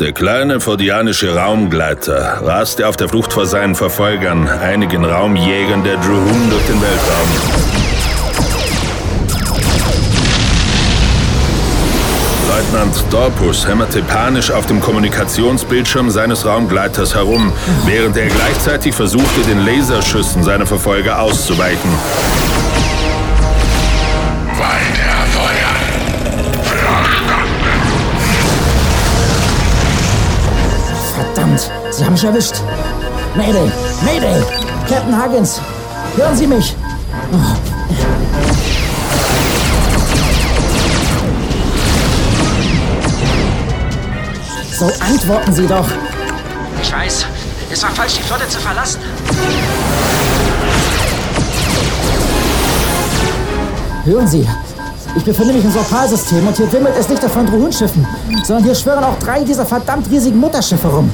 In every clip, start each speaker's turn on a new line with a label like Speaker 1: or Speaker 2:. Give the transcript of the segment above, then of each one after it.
Speaker 1: Der kleine fordianische Raumgleiter raste auf der Flucht vor seinen Verfolgern, einigen Raumjägern der Druhum durch den Weltraum. Leutnant Dorpus hämmerte panisch auf dem Kommunikationsbildschirm seines Raumgleiters herum, während er gleichzeitig versuchte, den Laserschüssen seiner Verfolger auszuweichen.
Speaker 2: Sie haben mich erwischt. Mayday, Mayday, Captain Huggins, hören Sie mich. Oh. So antworten Sie doch.
Speaker 3: Ich weiß, es war falsch, die Flotte zu verlassen.
Speaker 2: Hören Sie, ich befinde mich im Sorpalsystem und hier wimmelt es nicht davon Drohenschiffen, sondern hier schwören auch drei dieser verdammt riesigen Mutterschiffe rum.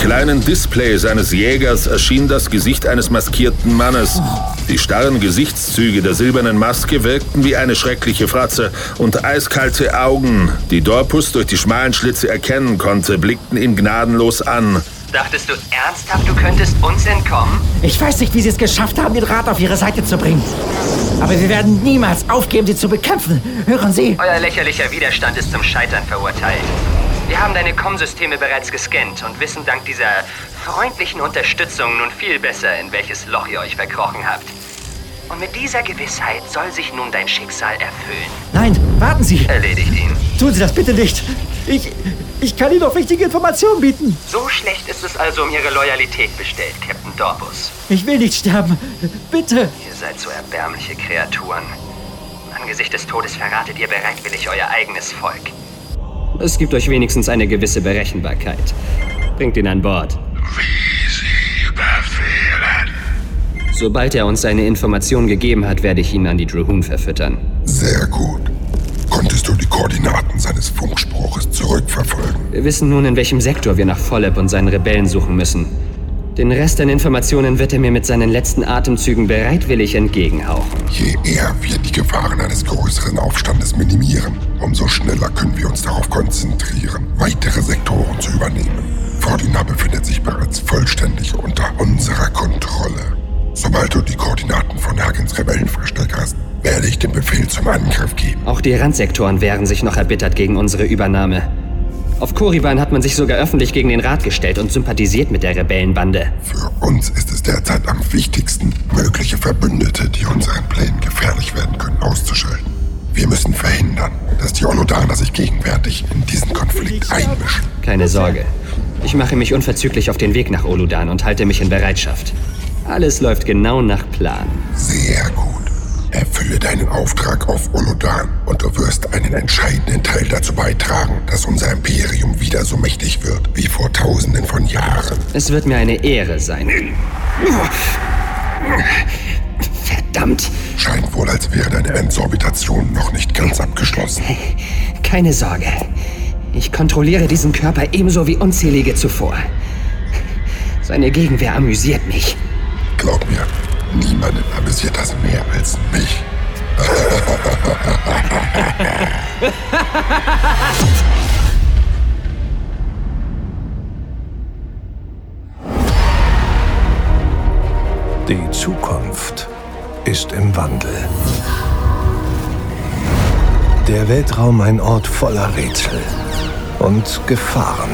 Speaker 1: kleinen Display seines Jägers erschien das Gesicht eines maskierten Mannes. Die starren Gesichtszüge der silbernen Maske wirkten wie eine schreckliche Fratze und eiskalte Augen, die Dorpus durch die schmalen Schlitze erkennen konnte, blickten ihn gnadenlos an.
Speaker 4: Dachtest du ernsthaft, du könntest uns entkommen?
Speaker 3: Ich weiß nicht, wie sie es geschafft haben, den Rat auf ihre Seite zu bringen. Aber wir werden niemals aufgeben, sie zu bekämpfen. Hören Sie?
Speaker 4: Euer lächerlicher Widerstand ist zum Scheitern verurteilt. Wir haben deine COM-Systeme bereits gescannt und wissen dank dieser freundlichen Unterstützung nun viel besser, in welches Loch ihr euch verkrochen habt. Und mit dieser Gewissheit soll sich nun dein Schicksal erfüllen.
Speaker 3: Nein, warten Sie!
Speaker 4: Erledigt ihn.
Speaker 3: Tun Sie das bitte nicht! Ich. Ich kann Ihnen doch wichtige Informationen bieten.
Speaker 4: So schlecht ist es also um Ihre Loyalität bestellt, Captain Dorpus.
Speaker 3: Ich will nicht sterben. Bitte.
Speaker 4: Ihr seid so erbärmliche Kreaturen. Angesichts des Todes verratet ihr bereitwillig euer eigenes Volk. Es gibt euch wenigstens eine gewisse Berechenbarkeit. Bringt ihn an Bord.
Speaker 5: Wie Sie befehlen.
Speaker 4: Sobald er uns seine Informationen gegeben hat, werde ich ihn an die Drohun verfüttern.
Speaker 5: Sehr gut. Konntest du die Koordinaten seines Funkspruches zurückverfolgen?
Speaker 4: Wir wissen nun, in welchem Sektor wir nach Volleb und seinen Rebellen suchen müssen. Den Rest an Informationen wird er mir mit seinen letzten Atemzügen bereitwillig entgegenhauchen.
Speaker 5: Je eher wir die Gefahren eines größeren Aufstandes minimieren, umso schneller können wir uns darauf konzentrieren, weitere Sektoren zu übernehmen. Fordina befindet sich bereits vollständig unter unserer Kontrolle. Sobald du die Koordinaten von Hagens Rebellenversteck hast, werde ich den Befehl zum Angriff geben.
Speaker 4: Auch die Randsektoren wehren sich noch erbittert gegen unsere Übernahme. Auf Korriban hat man sich sogar öffentlich gegen den Rat gestellt und sympathisiert mit der Rebellenbande.
Speaker 5: Für uns ist es derzeit am wichtigsten, mögliche Verbündete, die unseren Plänen gefährlich werden können, auszuschalten. Wir müssen verhindern, dass die Olodaner sich gegenwärtig in diesen Konflikt einmischen.
Speaker 4: Keine Sorge. Ich mache mich unverzüglich auf den Weg nach Oludan und halte mich in Bereitschaft. Alles läuft genau nach Plan.
Speaker 5: Sehr gut. Erfülle deinen Auftrag auf Olodan und du wirst einen entscheidenden Teil dazu beitragen, dass unser Imperium wieder so mächtig wird wie vor tausenden von Jahren.
Speaker 4: Es wird mir eine Ehre sein. Verdammt!
Speaker 5: Scheint wohl, als wäre deine Entsorbitation noch nicht ganz abgeschlossen.
Speaker 4: Keine Sorge. Ich kontrolliere diesen Körper ebenso wie unzählige zuvor. Seine Gegenwehr amüsiert mich.
Speaker 5: Glaub mir, Niemanden amüsiert das mehr als mich.
Speaker 6: Die Zukunft ist im Wandel. Der Weltraum ein Ort voller Rätsel und Gefahren.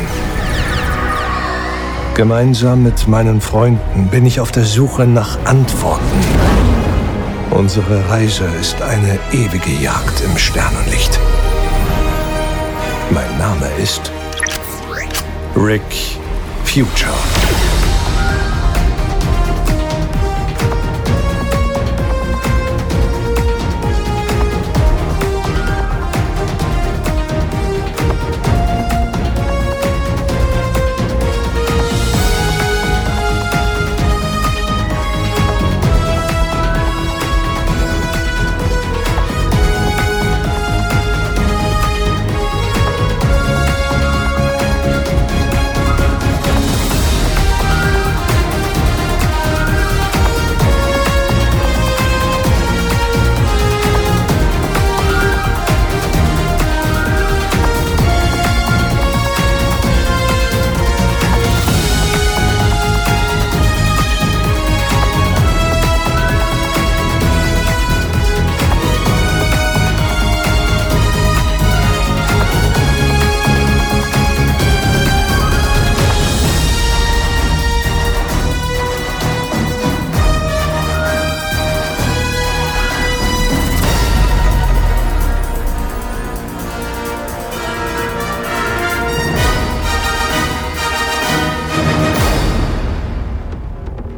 Speaker 6: Gemeinsam mit meinen Freunden bin ich auf der Suche nach Antworten. Unsere Reise ist eine ewige Jagd im Sternenlicht. Mein Name ist Rick Future.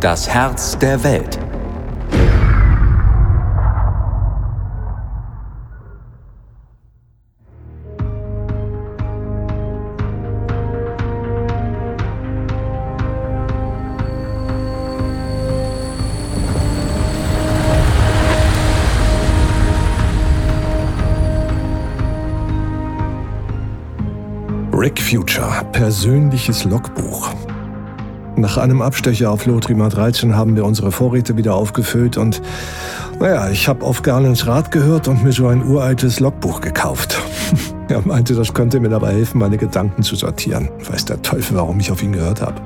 Speaker 7: Das Herz der Welt.
Speaker 6: Rick Future, persönliches Logbuch. Nach einem Abstecher auf Lothrimer 13 haben wir unsere Vorräte wieder aufgefüllt und, naja, ich habe auf Garlands Rat gehört und mir so ein uraltes Logbuch gekauft. er meinte, das könnte mir dabei helfen, meine Gedanken zu sortieren. Weiß der Teufel, warum ich auf ihn gehört habe.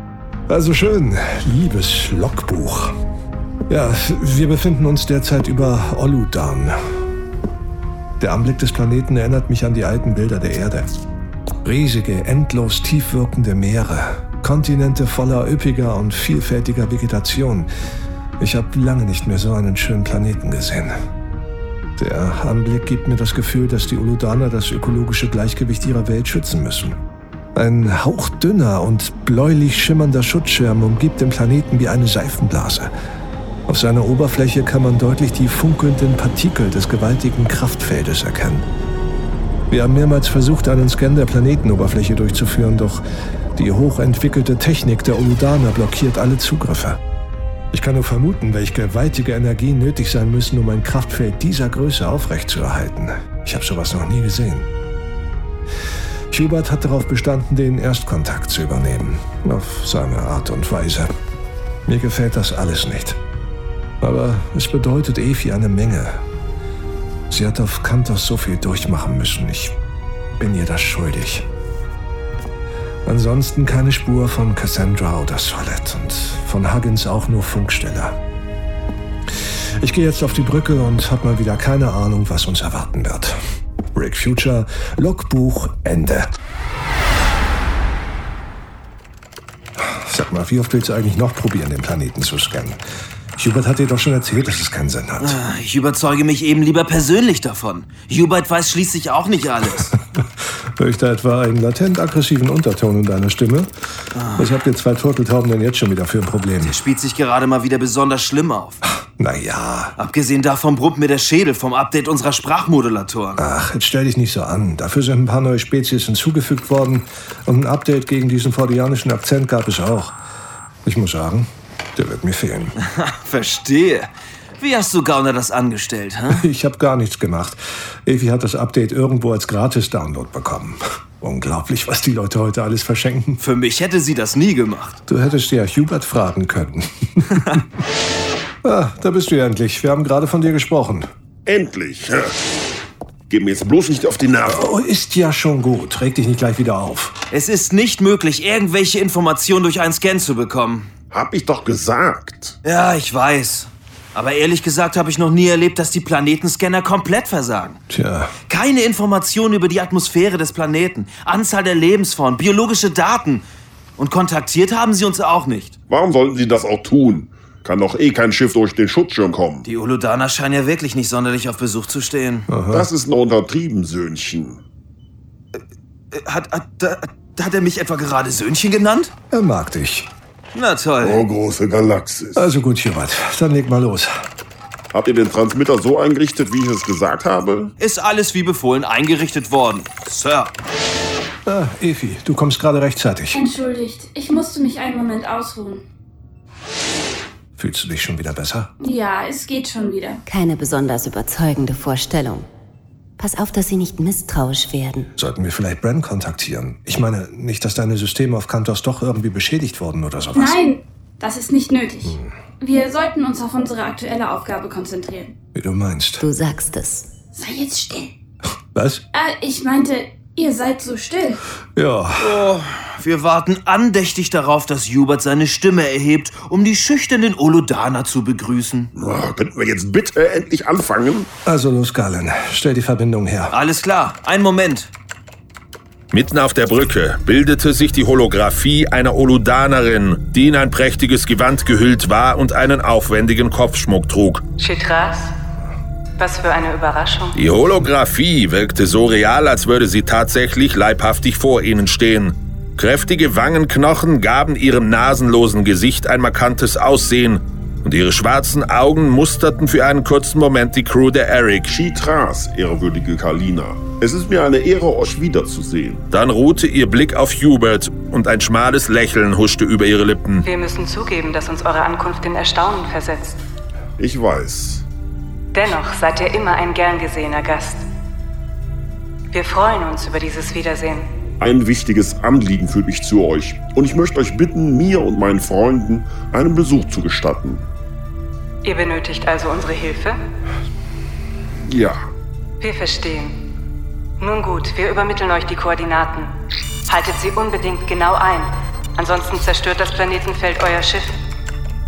Speaker 6: Also schön, liebes Logbuch. Ja, wir befinden uns derzeit über Oludan. Der Anblick des Planeten erinnert mich an die alten Bilder der Erde. Riesige, endlos tief wirkende Meere, Kontinente voller üppiger und vielfältiger Vegetation. Ich habe lange nicht mehr so einen schönen Planeten gesehen. Der Anblick gibt mir das Gefühl, dass die Uludaner das ökologische Gleichgewicht ihrer Welt schützen müssen. Ein hauchdünner und bläulich schimmernder Schutzschirm umgibt den Planeten wie eine Seifenblase. Auf seiner Oberfläche kann man deutlich die funkelnden Partikel des gewaltigen Kraftfeldes erkennen. Wir haben mehrmals versucht, einen Scan der Planetenoberfläche durchzuführen, doch die hochentwickelte Technik der Uludana blockiert alle Zugriffe. Ich kann nur vermuten, welche gewaltige Energien nötig sein müssen, um ein Kraftfeld dieser Größe aufrechtzuerhalten. Ich habe sowas noch nie gesehen. Hubert hat darauf bestanden, den Erstkontakt zu übernehmen. Auf seine Art und Weise. Mir gefällt das alles nicht. Aber es bedeutet Evi eine Menge, Sie hat auf Kantos so viel durchmachen müssen. Ich bin ihr das schuldig. Ansonsten keine Spur von Cassandra oder Solid und von Huggins auch nur Funkstelle. Ich gehe jetzt auf die Brücke und habe mal wieder keine Ahnung, was uns erwarten wird. Rick Future, Logbuch, Ende. Sag mal, wie oft willst du eigentlich noch probieren, den Planeten zu scannen? Hubert hat dir doch schon erzählt, dass es keinen Sinn hat.
Speaker 8: Ich überzeuge mich eben lieber persönlich davon. Hubert weiß schließlich auch nicht alles.
Speaker 6: Hörst da etwa einen latent aggressiven Unterton in deiner Stimme?
Speaker 8: Ah.
Speaker 6: Was habt ihr zwei Turteltauben denn jetzt schon wieder für ein Problem?
Speaker 8: Er spielt sich gerade mal wieder besonders schlimm auf.
Speaker 6: Naja.
Speaker 8: Abgesehen davon brummt mir der Schädel vom Update unserer Sprachmodulatoren.
Speaker 1: Ah.
Speaker 6: Ach, jetzt stell dich nicht so an. Dafür sind ein paar neue Spezies hinzugefügt worden und ein Update gegen diesen fordianischen Akzent gab es auch. Ich muss sagen, der wird mir fehlen.
Speaker 8: Verstehe. Wie hast du Gauner das angestellt? Hä?
Speaker 6: Ich habe gar nichts gemacht. Evi hat das Update irgendwo als Gratis-Download bekommen. Unglaublich, was die Leute heute alles verschenken.
Speaker 8: Für mich hätte sie das nie gemacht.
Speaker 6: Du hättest ja Hubert fragen können. ah, da bist du ja endlich. Wir haben gerade von dir gesprochen.
Speaker 1: Endlich! Ja. Geh mir jetzt bloß nicht auf die Nerven.
Speaker 6: Oh, ist ja schon gut. Reg dich nicht gleich wieder auf.
Speaker 8: Es ist nicht möglich, irgendwelche Informationen durch einen Scan zu bekommen.
Speaker 1: Hab ich doch gesagt.
Speaker 8: Ja, ich weiß. Aber ehrlich gesagt habe ich noch nie erlebt, dass die Planetenscanner komplett versagen.
Speaker 6: Tja,
Speaker 8: Keine Informationen über die Atmosphäre des Planeten, Anzahl der Lebensformen, biologische Daten. Und kontaktiert haben sie uns auch nicht.
Speaker 1: Warum sollten sie das auch tun? Kann doch eh kein Schiff durch den Schutzschirm kommen.
Speaker 8: Die Uludana scheinen ja wirklich nicht sonderlich auf Besuch zu stehen.
Speaker 1: Das ist noch untertrieben, Söhnchen.
Speaker 8: Äh, Hat, hat, da- hat er mich etwa gerade Söhnchen genannt?
Speaker 6: er mag dich.
Speaker 8: Na toll.
Speaker 1: Oh, große Galaxis.
Speaker 6: Also gut, Hubert, dann leg mal los.
Speaker 1: Habt ihr den Transmitter so eingerichtet, wie ich es gesagt habe?
Speaker 8: Ist alles wie befohlen eingerichtet worden. Sir.
Speaker 6: Ah, Evi, du kommst gerade rechtzeitig.
Speaker 9: Entschuldigt, ich musste mich einen Moment ausruhen.
Speaker 6: Fühlst du dich schon wieder besser?
Speaker 9: Ja, es geht schon wieder.
Speaker 10: Keine besonders überzeugende Vorstellung. Pass auf, dass sie nicht misstrauisch werden.
Speaker 6: Sollten wir vielleicht Bren kontaktieren? Ich meine, nicht, dass deine Systeme auf Kantos doch irgendwie beschädigt wurden oder sowas.
Speaker 9: Nein, das ist nicht nötig. Wir sollten uns auf unsere aktuelle Aufgabe konzentrieren.
Speaker 6: Wie du meinst.
Speaker 10: Du sagst es.
Speaker 9: Sei jetzt still.
Speaker 6: Was?
Speaker 9: Äh, ich meinte, ihr seid so still.
Speaker 6: Ja,
Speaker 8: Oh, Wir warten andächtig darauf, dass Hubert seine Stimme erhebt, um die schüchternen Uludana zu begrüßen.
Speaker 1: Oh, könnten wir jetzt bitte endlich anfangen?
Speaker 6: also los, Galen. Stell die Verbindung her.
Speaker 8: Alles klar, einen Moment.
Speaker 1: Mitten auf der Brücke bildete sich die Holographie einer Oludanerin, die in ein prächtiges Gewand gehüllt war und einen aufwendigen Kopfschmuck trug.
Speaker 11: Chitras? Was für eine Überraschung.
Speaker 1: Die Holographie wirkte so real, als würde sie tatsächlich leibhaftig vor ihnen stehen. Kräftige Wangenknochen gaben ihrem nasenlosen Gesicht ein markantes Aussehen und ihre schwarzen Augen musterten für einen kurzen Moment die Crew der Eric.
Speaker 7: Chitras, ehrwürdige Kalina. Es ist mir eine Ehre, euch wiederzusehen.
Speaker 1: Dann ruhte ihr Blick auf Hubert und ein schmales Lächeln huschte über ihre Lippen.
Speaker 11: Wir müssen zugeben, dass uns eure Ankunft in Erstaunen versetzt.
Speaker 7: Ich weiß.
Speaker 11: Dennoch seid ihr immer ein gern gesehener Gast. Wir freuen uns über dieses Wiedersehen.
Speaker 7: Ein wichtiges Anliegen führt mich zu euch. Und ich möchte euch bitten, mir und meinen Freunden einen Besuch zu gestatten.
Speaker 11: Ihr benötigt also unsere Hilfe?
Speaker 7: Ja,
Speaker 11: Wir verstehen. Nun gut, wir übermitteln euch die Koordinaten. Haltet sie unbedingt genau ein. Ansonsten zerstört das Planetenfeld euer Schiff.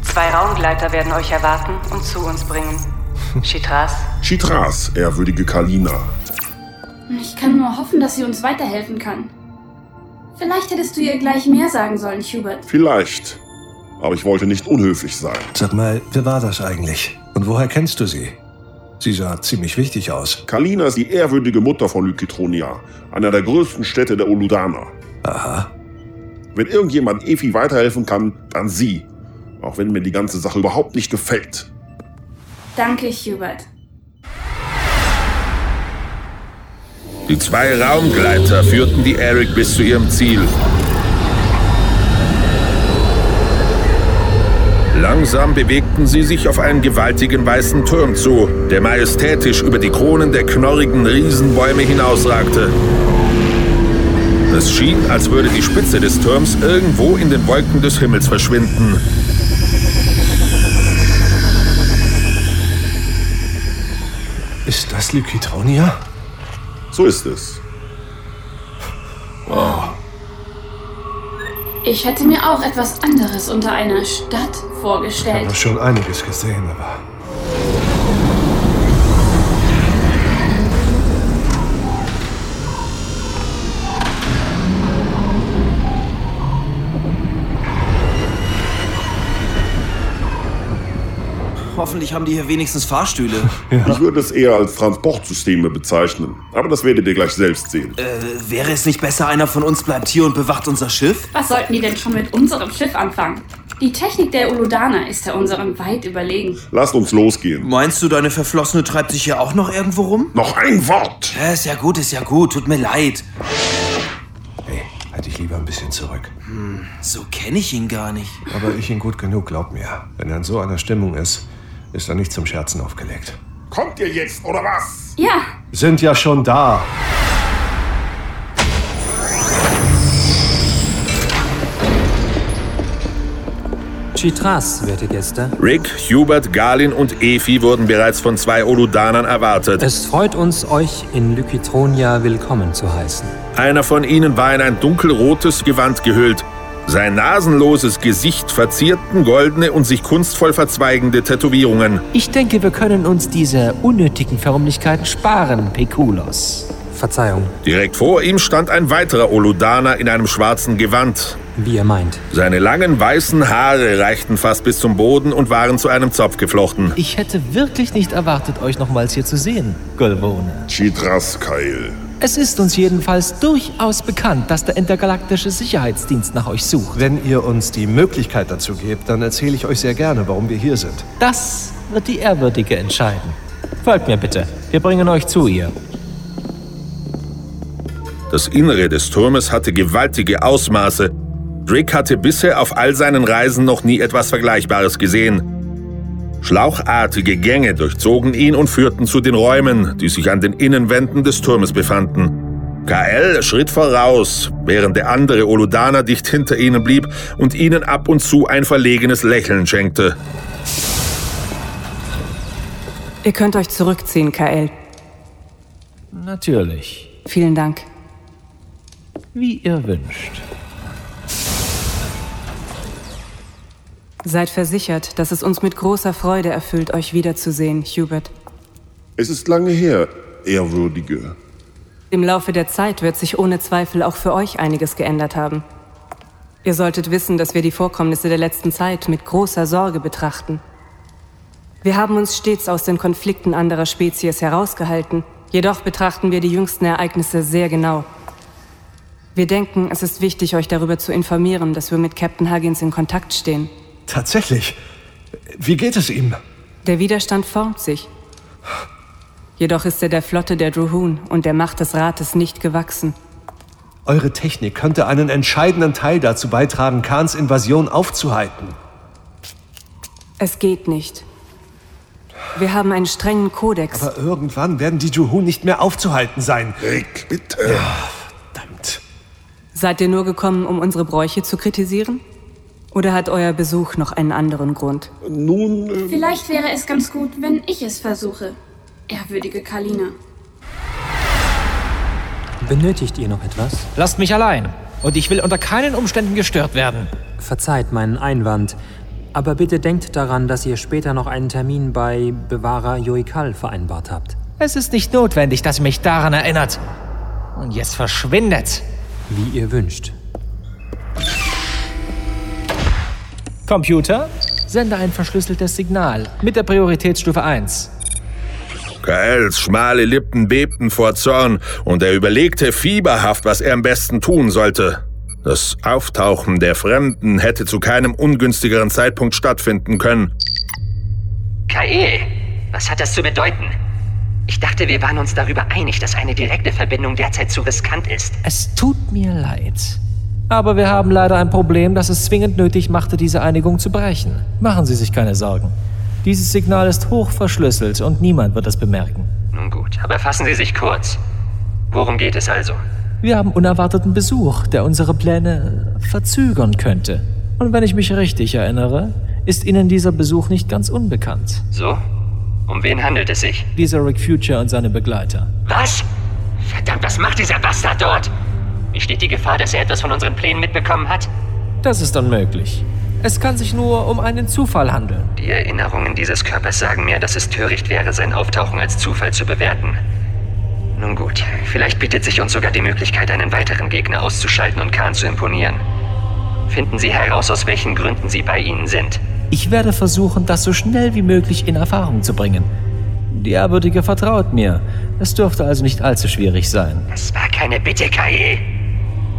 Speaker 11: Zwei Raumgleiter werden euch erwarten und zu uns bringen. Chitras,
Speaker 7: Chitras, ehrwürdige Kalina.
Speaker 9: Ich kann nur hoffen, dass sie uns weiterhelfen kann. Vielleicht hättest du ihr gleich mehr sagen sollen, Hubert.
Speaker 7: Vielleicht. Aber ich wollte nicht unhöflich sein.
Speaker 6: Sag mal, wer war das eigentlich? Und woher kennst du sie? Sie sah ziemlich wichtig aus.
Speaker 7: Kalina ist die ehrwürdige Mutter von Lykitronia, einer der größten Städte der Uludana.
Speaker 6: Aha.
Speaker 7: Wenn irgendjemand Efi weiterhelfen kann, dann sie. Auch wenn mir die ganze Sache überhaupt nicht gefällt.
Speaker 9: Danke, Hubert.
Speaker 1: Die zwei Raumgleiter führten die Eric bis zu ihrem Ziel. Langsam bewegten sie sich auf einen gewaltigen weißen Turm zu, der majestätisch über die Kronen der knorrigen Riesenbäume hinausragte. Es schien, als würde die Spitze des Turms irgendwo in den Wolken des Himmels verschwinden.
Speaker 6: Ist das Lykitronia?
Speaker 7: So ist es.
Speaker 9: Ich hätte mir auch etwas anderes unter einer Stadt
Speaker 6: Ich habe
Speaker 9: vorgestellt.
Speaker 6: schon einiges gesehen, aber.
Speaker 8: Hoffentlich haben die hier wenigstens Fahrstühle.
Speaker 7: Ich würde es eher als Transportsysteme bezeichnen. Aber das werdet ihr gleich selbst sehen.
Speaker 8: äh, wäre es nicht besser, einer von uns bleibt hier und bewacht unser Schiff?
Speaker 9: Was sollten die denn schon mit unserem Schiff anfangen? Die Technik der Uludana ist ja unserem weit überlegen.
Speaker 7: Lasst uns losgehen.
Speaker 8: Meinst du, deine Verflossene treibt sich hier auch noch irgendwo rum?
Speaker 7: Noch ein Wort!
Speaker 8: Ja, ist ja gut, ist ja gut, tut mir leid.
Speaker 6: Hey, halte ich lieber ein bisschen zurück.
Speaker 8: Hm, So kenne ich ihn gar nicht.
Speaker 6: Aber ich ihn gut genug, glaub mir. Wenn er in so einer Stimmung ist, ist er nicht zum Scherzen aufgelegt.
Speaker 7: Kommt ihr jetzt, oder was?
Speaker 9: Ja,
Speaker 6: Sind ja schon da.
Speaker 12: Chitras, werte Gäste.
Speaker 1: Rick, Hubert, Galin und Efi wurden bereits von zwei Oludanern erwartet.
Speaker 12: Es freut uns, euch in Lykitronia willkommen zu heißen.
Speaker 1: Einer von ihnen war in ein dunkelrotes Gewand gehüllt. Sein nasenloses Gesicht verzierten goldene und sich kunstvoll verzweigende Tätowierungen.
Speaker 13: Ich denke, wir können uns diese unnötigen Förmlichkeiten sparen, Pekulos.
Speaker 12: Verzeihung,
Speaker 1: Direkt vor ihm stand ein weiterer Oludaner in einem schwarzen Gewand.
Speaker 12: wie ihr meint.
Speaker 1: Seine langen weißen Haare reichten fast bis zum Boden und waren zu einem Zopf geflochten.
Speaker 13: Ich hätte wirklich nicht erwartet, euch nochmals hier zu sehen, Golvone.
Speaker 7: Chitras Keil.
Speaker 13: Es ist uns jedenfalls durchaus bekannt, dass der intergalaktische Sicherheitsdienst nach euch sucht.
Speaker 6: Wenn ihr uns die Möglichkeit dazu gebt, dann erzähle ich euch sehr gerne, warum wir hier sind.
Speaker 13: Das wird die Ehrwürdige entscheiden. Folgt mir bitte. Wir bringen euch zu ihr.
Speaker 1: Das Innere des Turmes hatte gewaltige Ausmaße. Drake hatte bisher auf all seinen Reisen noch nie etwas Vergleichbares gesehen. Schlauchartige Gänge durchzogen ihn und führten zu den Räumen, die sich an den Innenwänden des Turmes befanden. KL schritt voraus, während der andere Oludana dicht hinter ihnen blieb und ihnen ab und zu ein verlegenes Lächeln schenkte.
Speaker 11: ihr könnt euch zurückziehen, KL.
Speaker 13: Natürlich.
Speaker 11: Vielen Dank.
Speaker 13: Wie ihr wünscht.
Speaker 11: Seid versichert, dass es uns mit großer Freude erfüllt, euch wiederzusehen, Hubert.
Speaker 7: Es ist lange her, Ehrwürdige.
Speaker 11: Im Laufe der Zeit wird sich ohne Zweifel auch für euch einiges geändert haben. Ihr solltet wissen, dass wir die Vorkommnisse der letzten Zeit mit großer Sorge betrachten. Wir haben uns stets aus den Konflikten anderer Spezies herausgehalten, jedoch betrachten wir die jüngsten Ereignisse sehr genau. Wir denken, es ist wichtig, euch darüber zu informieren, dass wir mit Captain Huggins in Kontakt stehen.
Speaker 6: Tatsächlich. Wie geht es ihm?
Speaker 11: Der Widerstand formt sich. Jedoch ist er der Flotte der Druhun und der Macht des Rates nicht gewachsen.
Speaker 6: Eure Technik könnte einen entscheidenden Teil dazu beitragen, Kahns Invasion aufzuhalten.
Speaker 11: Es geht nicht. Wir haben einen strengen Kodex.
Speaker 6: Aber irgendwann werden die Juhu nicht mehr aufzuhalten sein.
Speaker 5: Rick, bitte.
Speaker 11: Seid ihr nur gekommen, um unsere Bräuche zu kritisieren? Oder hat euer Besuch noch einen anderen Grund?
Speaker 7: Nun.
Speaker 9: Vielleicht wäre es ganz gut, wenn ich es versuche. Ehrwürdige Kalina.
Speaker 12: Benötigt ihr noch etwas?
Speaker 13: Lasst mich allein. Und ich will unter keinen Umständen gestört werden.
Speaker 12: Verzeiht meinen Einwand, aber bitte denkt daran, dass ihr später noch einen Termin bei Bewahrer Joikal vereinbart habt.
Speaker 13: Es ist nicht notwendig, dass ihr mich daran erinnert. Und jetzt verschwindet.
Speaker 12: Wie ihr wünscht.
Speaker 13: Computer, sende ein verschlüsseltes Signal mit der Prioritätsstufe 1.
Speaker 1: Kaels schmale Lippen bebten vor Zorn und er überlegte fieberhaft, was er am besten tun sollte. Das Auftauchen der Fremden hätte zu keinem ungünstigeren Zeitpunkt stattfinden können.
Speaker 4: Kael, E, was hat das zu bedeuten? Ich dachte, wir waren uns darüber einig, dass eine direkte Verbindung derzeit zu riskant ist.
Speaker 13: Es tut mir leid. Aber wir haben leider ein Problem, das es zwingend nötig machte, diese Einigung zu brechen. Machen Sie sich keine Sorgen. Dieses Signal ist hoch verschlüsselt und niemand wird es bemerken.
Speaker 4: Nun gut, aber fassen Sie sich kurz. Worum geht es also?
Speaker 13: Wir haben unerwarteten Besuch, der unsere Pläne verzögern könnte. Und wenn ich mich richtig erinnere, ist Ihnen dieser Besuch nicht ganz unbekannt.
Speaker 4: So? Um wen handelt es sich?
Speaker 13: Dieser Rick Future und seine Begleiter.
Speaker 4: Was? Verdammt, was macht dieser Bastard dort? Besteht die Gefahr, dass er etwas von unseren Plänen mitbekommen hat?
Speaker 13: Das ist unmöglich. Es kann sich nur um einen Zufall handeln.
Speaker 4: Die Erinnerungen dieses Körpers sagen mir, dass es töricht wäre, sein Auftauchen als Zufall zu bewerten. Nun gut, vielleicht bietet sich uns sogar die Möglichkeit, einen weiteren Gegner auszuschalten und Khan zu imponieren. Finden Sie heraus, aus welchen Gründen Sie bei Ihnen sind.
Speaker 13: Ich werde versuchen, das so schnell wie möglich in Erfahrung zu bringen. Die Ehrwürdige vertraut mir. Es dürfte also nicht allzu schwierig sein.
Speaker 4: Das war keine Bitte, Kae.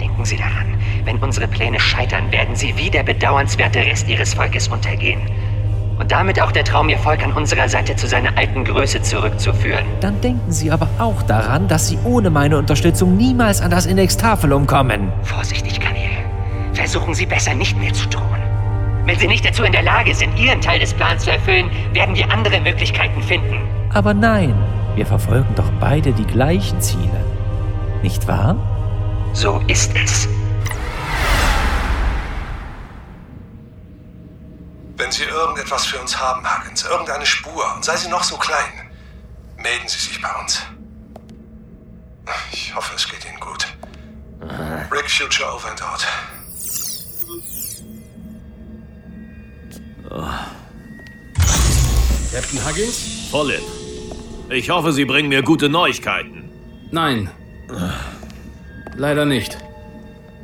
Speaker 4: Denken Sie daran, wenn unsere Pläne scheitern, werden Sie wie der bedauernswerte Rest Ihres Volkes untergehen. Und damit auch der Traum, Ihr Volk an unserer Seite zu seiner alten Größe zurückzuführen.
Speaker 13: Dann denken Sie aber auch daran, dass Sie ohne meine Unterstützung niemals an das Index-Tafelum kommen.
Speaker 4: Vorsichtig, Kanil. Versuchen Sie besser nicht mehr zu drohen. Wenn Sie nicht dazu in der Lage sind, Ihren Teil des Plans zu erfüllen, werden wir andere Möglichkeiten finden.
Speaker 13: Aber nein, wir verfolgen doch beide die gleichen Ziele. Nicht wahr?
Speaker 4: So ist es.
Speaker 6: Wenn Sie irgendetwas für uns haben, Huggins, irgendeine Spur, und sei sie noch so klein, melden Sie sich bei uns. Ich hoffe, es geht Ihnen gut. Rick Future over and out. Oh,
Speaker 14: Captain Huggins? Volle. Ich hoffe, Sie bringen mir gute Neuigkeiten.
Speaker 15: Nein. Leider nicht.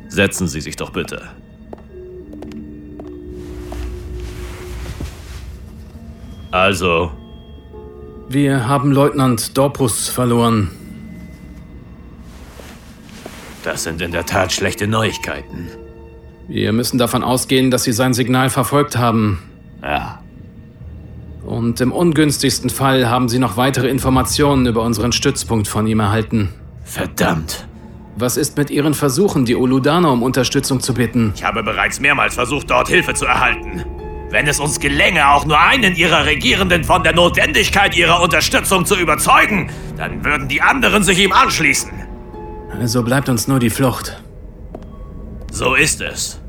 Speaker 14: Setzen Sie sich doch bitte. Also,
Speaker 15: Wir haben Leutnant Dorpus verloren.
Speaker 14: das sind in der Tat schlechte Neuigkeiten.
Speaker 15: Wir müssen davon ausgehen, dass sie sein Signal verfolgt haben.
Speaker 14: Ja.
Speaker 15: Und im ungünstigsten Fall haben sie noch weitere Informationen über unseren Stützpunkt von ihm erhalten.
Speaker 14: Verdammt.
Speaker 15: Was ist mit ihren Versuchen, die Oludana um Unterstützung zu bitten?
Speaker 14: Ich habe bereits mehrmals versucht, dort Hilfe zu erhalten. Wenn es uns gelänge, auch nur einen ihrer Regierenden von der Notwendigkeit ihrer Unterstützung zu überzeugen, dann würden die anderen sich ihm anschließen.
Speaker 15: Also bleibt uns nur die Flucht.
Speaker 14: So ist es.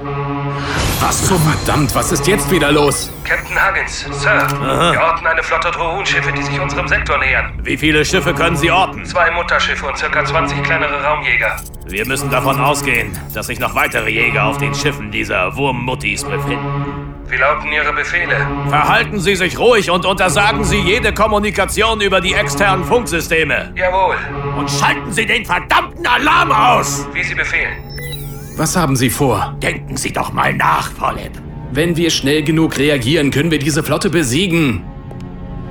Speaker 15: Was zum Verdammt, was ist jetzt wieder los?
Speaker 16: Captain Huggins, Sir,
Speaker 14: Aha.
Speaker 16: wir orten eine Flotte Drohunschiffe, die sich unserem Sektor nähern.
Speaker 14: Wie viele Schiffe können Sie orten?
Speaker 16: Zwei Mutterschiffe und circa 20 kleinere Raumjäger.
Speaker 14: Wir müssen davon ausgehen, dass sich noch weitere Jäger auf den Schiffen dieser Wurmmuttis befinden.
Speaker 16: Wie lauten Ihre Befehle?
Speaker 14: Verhalten Sie sich ruhig und untersagen Sie jede Kommunikation über die externen Funksysteme.
Speaker 16: Jawohl.
Speaker 14: Und schalten Sie den verdammten Alarm aus!
Speaker 16: Wie Sie befehlen.
Speaker 15: Was haben Sie vor?
Speaker 14: Denken Sie doch mal nach, Philipp.
Speaker 15: Wenn wir schnell genug reagieren, können wir diese Flotte besiegen.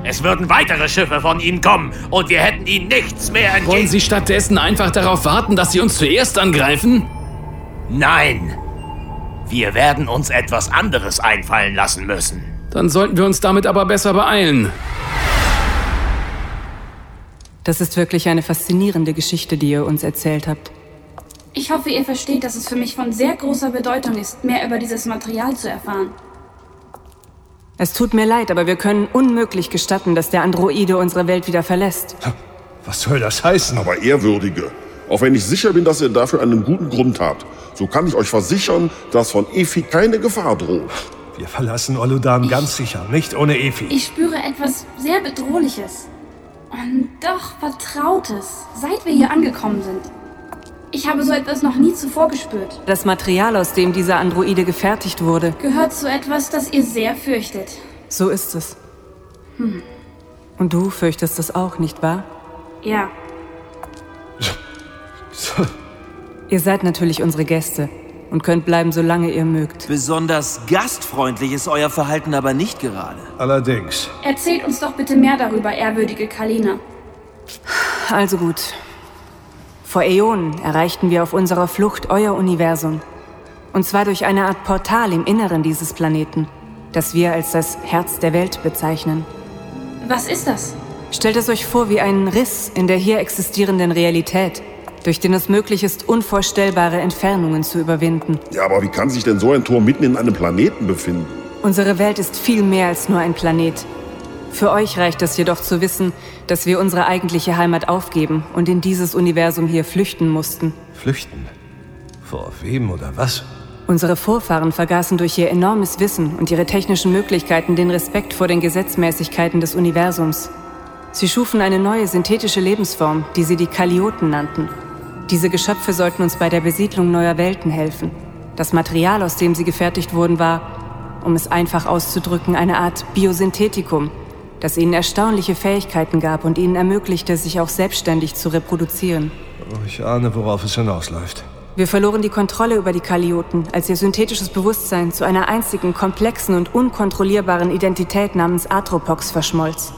Speaker 14: Es würden weitere Schiffe von Ihnen kommen und wir hätten Ihnen nichts mehr entgegen.
Speaker 15: Wollen Sie stattdessen einfach darauf warten, dass Sie uns zuerst angreifen?
Speaker 14: Nein! Wir werden uns etwas anderes einfallen lassen müssen.
Speaker 15: Dann sollten wir uns damit aber besser beeilen.
Speaker 11: Das ist wirklich eine faszinierende Geschichte, die ihr uns erzählt habt.
Speaker 9: Ich hoffe, ihr versteht, dass es für mich von sehr großer Bedeutung ist, mehr über dieses Material zu erfahren.
Speaker 11: Es tut mir leid, aber wir können unmöglich gestatten, dass der Androide unsere Welt wieder verlässt.
Speaker 7: Was soll das heißen? Aber Ehrwürdige, auch wenn ich sicher bin, dass ihr dafür einen guten Grund habt, so kann ich euch versichern, dass von Efi keine Gefahr droht.
Speaker 6: Wir verlassen Oludam ganz sicher, nicht ohne Efi.
Speaker 9: Ich spüre etwas sehr Bedrohliches. Und doch Vertrautes, seit wir hier angekommen sind. Ich habe so etwas noch nie zuvor gespürt.
Speaker 11: Das Material, aus dem dieser Androide gefertigt wurde.
Speaker 9: Gehört zu etwas, das ihr sehr fürchtet.
Speaker 11: So ist es.
Speaker 9: Hm,
Speaker 11: Und du fürchtest es auch, nicht wahr?
Speaker 9: ja.
Speaker 11: Ihr seid natürlich unsere Gäste und könnt bleiben, solange ihr mögt.
Speaker 8: Besonders gastfreundlich ist euer Verhalten aber nicht gerade.
Speaker 6: Allerdings.
Speaker 9: Erzählt uns doch bitte mehr darüber, ehrwürdige Kalina.
Speaker 11: Also gut. Vor Äonen erreichten wir auf unserer Flucht euer Universum. Und zwar durch eine Art Portal im Inneren dieses Planeten, das wir als das Herz der Welt bezeichnen.
Speaker 9: Was ist das?
Speaker 11: Stellt es euch vor wie einen Riss in der hier existierenden Realität, durch den es möglich ist, unvorstellbare Entfernungen zu überwinden.
Speaker 7: Ja, aber wie kann sich denn so ein Tor mitten in einem Planeten befinden?
Speaker 11: Unsere Welt ist viel mehr als nur ein Planet. Für euch reicht es jedoch zu wissen, dass wir unsere eigentliche Heimat aufgeben und in dieses Universum hier flüchten mussten.
Speaker 6: Flüchten? Vor wem oder was?
Speaker 11: Unsere Vorfahren vergaßen durch ihr enormes Wissen und ihre technischen Möglichkeiten den Respekt vor den Gesetzmäßigkeiten des Universums. Sie schufen eine neue synthetische Lebensform, die sie die Kalioten nannten. Diese Geschöpfe sollten uns bei der Besiedlung neuer Welten helfen. Das Material, aus dem sie gefertigt wurden, war, um es einfach auszudrücken, eine Art Biosynthetikum, das ihnen erstaunliche Fähigkeiten gab und ihnen ermöglichte, sich auch selbstständig zu reproduzieren.
Speaker 6: Oh, Ich ahne, worauf es hinausläuft.
Speaker 11: Wir verloren die Kontrolle über die Kalioten, als ihr synthetisches Bewusstsein zu einer einzigen, komplexen und unkontrollierbaren Identität namens Atropox verschmolz.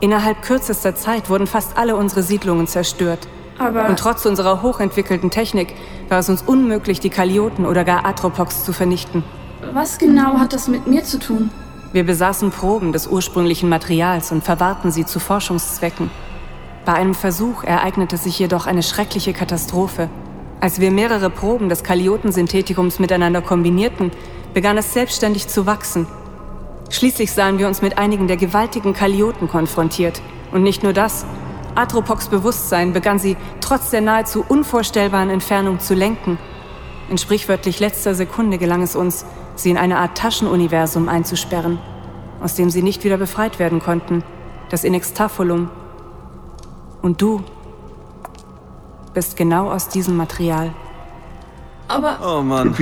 Speaker 11: Innerhalb kürzester Zeit wurden fast alle unsere Siedlungen zerstört.
Speaker 9: Aber-
Speaker 11: und trotz unserer hochentwickelten Technik war es uns unmöglich, die Kalioten oder gar Atropox zu vernichten.
Speaker 9: Was genau hat das mit mir zu tun?
Speaker 11: Wir besaßen Proben des ursprünglichen Materials und verwahrten sie zu Forschungszwecken. Bei einem Versuch ereignete sich jedoch eine schreckliche Katastrophe. Als wir mehrere Proben des Kalioten-Synthetikums miteinander kombinierten, begann es selbstständig zu wachsen. Schließlich sahen wir uns mit einigen der gewaltigen Kalioten konfrontiert. Und nicht nur das. Atropox Bewusstsein begann sie trotz der nahezu unvorstellbaren Entfernung zu lenken. In sprichwörtlich letzter Sekunde gelang es uns, sie in eine Art Taschenuniversum einzusperren, aus dem sie nicht wieder befreit werden konnten. Das Inextafolum. Und du bist genau aus diesem Material.
Speaker 9: Aber,
Speaker 8: Oh Mann.